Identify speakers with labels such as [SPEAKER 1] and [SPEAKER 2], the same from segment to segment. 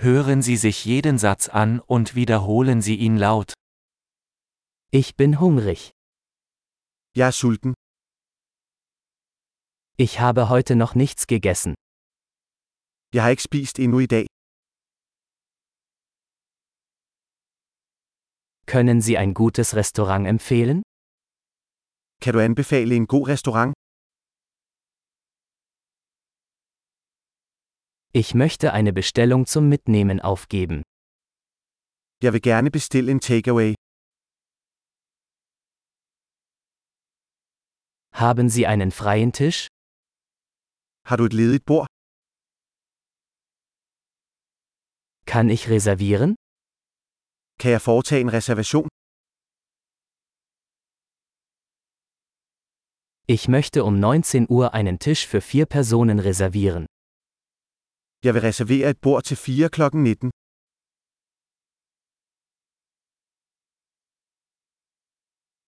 [SPEAKER 1] Hören Sie sich jeden Satz an und wiederholen Sie ihn laut.
[SPEAKER 2] Ich bin hungrig.
[SPEAKER 3] Jeg er sulten.
[SPEAKER 2] Ich habe heute noch nichts gegessen.
[SPEAKER 3] Jeg har ikke spist endnu i dag.
[SPEAKER 2] Können Sie ein gutes Restaurant empfehlen?
[SPEAKER 3] Kan du anbefale en god restaurant?
[SPEAKER 2] Ich möchte eine Bestellung zum Mitnehmen aufgeben.
[SPEAKER 3] Jeg vil gerne bestille en takeaway.
[SPEAKER 2] Haben Sie einen freien Tisch?
[SPEAKER 3] Har du et ledigt bord?
[SPEAKER 2] Kann ich reservieren?
[SPEAKER 3] Kan jeg foretage en reservation?
[SPEAKER 2] Ich möchte um 19 Uhr einen Tisch für vier Personen reservieren.
[SPEAKER 3] Jeg vil reservere et bord til 4 kl. 19.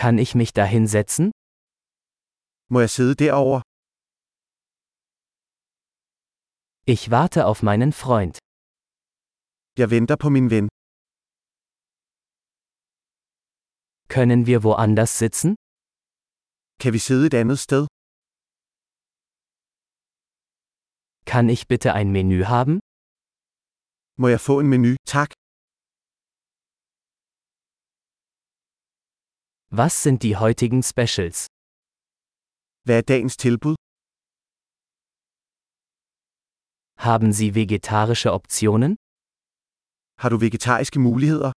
[SPEAKER 2] Kann ich mich dahin setzen?
[SPEAKER 3] Må jeg sidde derover?
[SPEAKER 2] Ich warte auf meinen Freund.
[SPEAKER 3] Jeg venter på min ven.
[SPEAKER 2] Können wir woanders sitzen?
[SPEAKER 3] Kan vi sidde et andet sted?
[SPEAKER 2] Kann ich bitte ein Menü haben?
[SPEAKER 3] Må jeg få en menu? Tak.
[SPEAKER 2] Was sind die heutigen Specials?
[SPEAKER 3] Hvad er dagens tilbud?
[SPEAKER 2] Haben Sie vegetarische Optionen?
[SPEAKER 3] Har du vegetariske muligheder?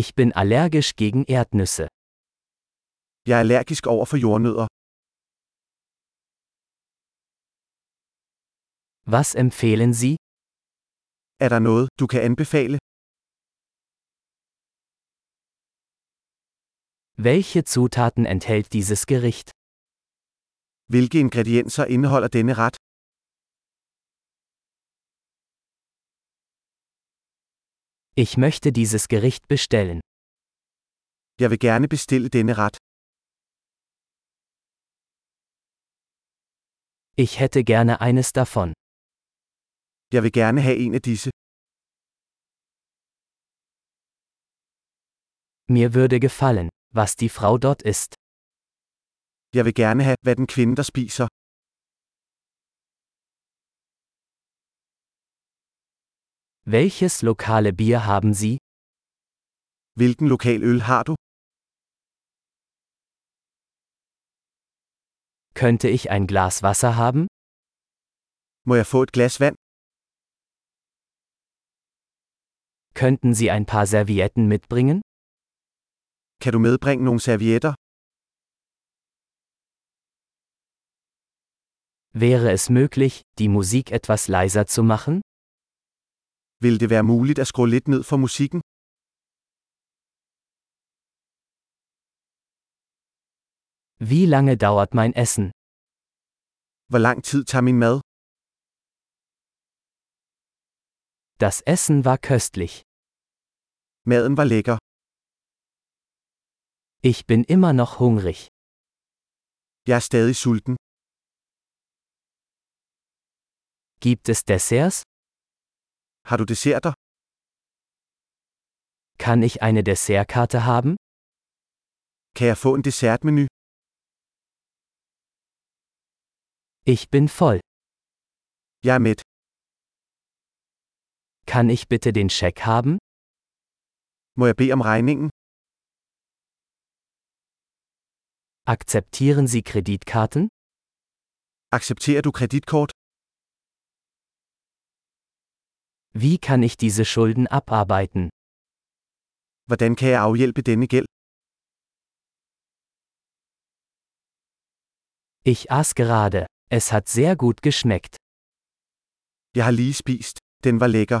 [SPEAKER 2] Ich bin allergisch gegen Erdnüsse.
[SPEAKER 3] Jeg er allergisk over for jordnødder.
[SPEAKER 2] Was empfehlen Sie?
[SPEAKER 3] Er der noget, du kan anbefale?
[SPEAKER 2] Welche Zutaten enthält dieses Gericht?
[SPEAKER 3] Hvilke ingredienser indeholder denne ret?
[SPEAKER 2] Ich möchte dieses Gericht bestellen.
[SPEAKER 3] Jeg vil gerne bestille denne ret.
[SPEAKER 2] Ich hätte gerne eines davon.
[SPEAKER 3] Jeg vil gerne have en af disse.
[SPEAKER 2] Mir würde gefallen, was die Frau dort isst.
[SPEAKER 3] Jeg vil gerne have, hvad den kvinde, der spiser.
[SPEAKER 2] Welches lokale Bier haben Sie?
[SPEAKER 3] Hvilken lokal øl har du?
[SPEAKER 2] Könnte ich ein Glas Wasser haben?
[SPEAKER 3] Må jeg få et glas vand?
[SPEAKER 2] Könnten Sie ein paar Servietten mitbringen?
[SPEAKER 3] Kan du medbringe nogle servietter?
[SPEAKER 2] Wäre es möglich, die Musik etwas leiser zu machen?
[SPEAKER 3] Vil det være muligt at skrue lidt ned for musikken?
[SPEAKER 2] Wie lange dauert mein Essen?
[SPEAKER 3] Hvor lang tid tager min mad?
[SPEAKER 2] Das Essen war köstlich.
[SPEAKER 3] Maden var lækker.
[SPEAKER 2] Ich bin immer noch hungrig.
[SPEAKER 3] Jeg er stadig sulten.
[SPEAKER 2] Gibt es Desserts?
[SPEAKER 3] Har du desserter?
[SPEAKER 2] Kann ich eine Dessertkarte haben?
[SPEAKER 3] Kan jeg få en dessertmenu?
[SPEAKER 2] Ich bin voll.
[SPEAKER 3] Jeg er mæt.
[SPEAKER 2] Kann ich bitte den Scheck haben?
[SPEAKER 3] Må jeg bede om regningen?
[SPEAKER 2] Akzeptieren Sie Kreditkarten?
[SPEAKER 3] Accepterer du kreditkort?
[SPEAKER 2] Wie kann ich diese Schulden abarbeiten?
[SPEAKER 3] Hvordan kan jeg afhjælpe denne gæld?
[SPEAKER 2] Ich aß gerade. Es hat sehr gut geschmeckt.
[SPEAKER 3] Jeg har lige spist. Den var lækker.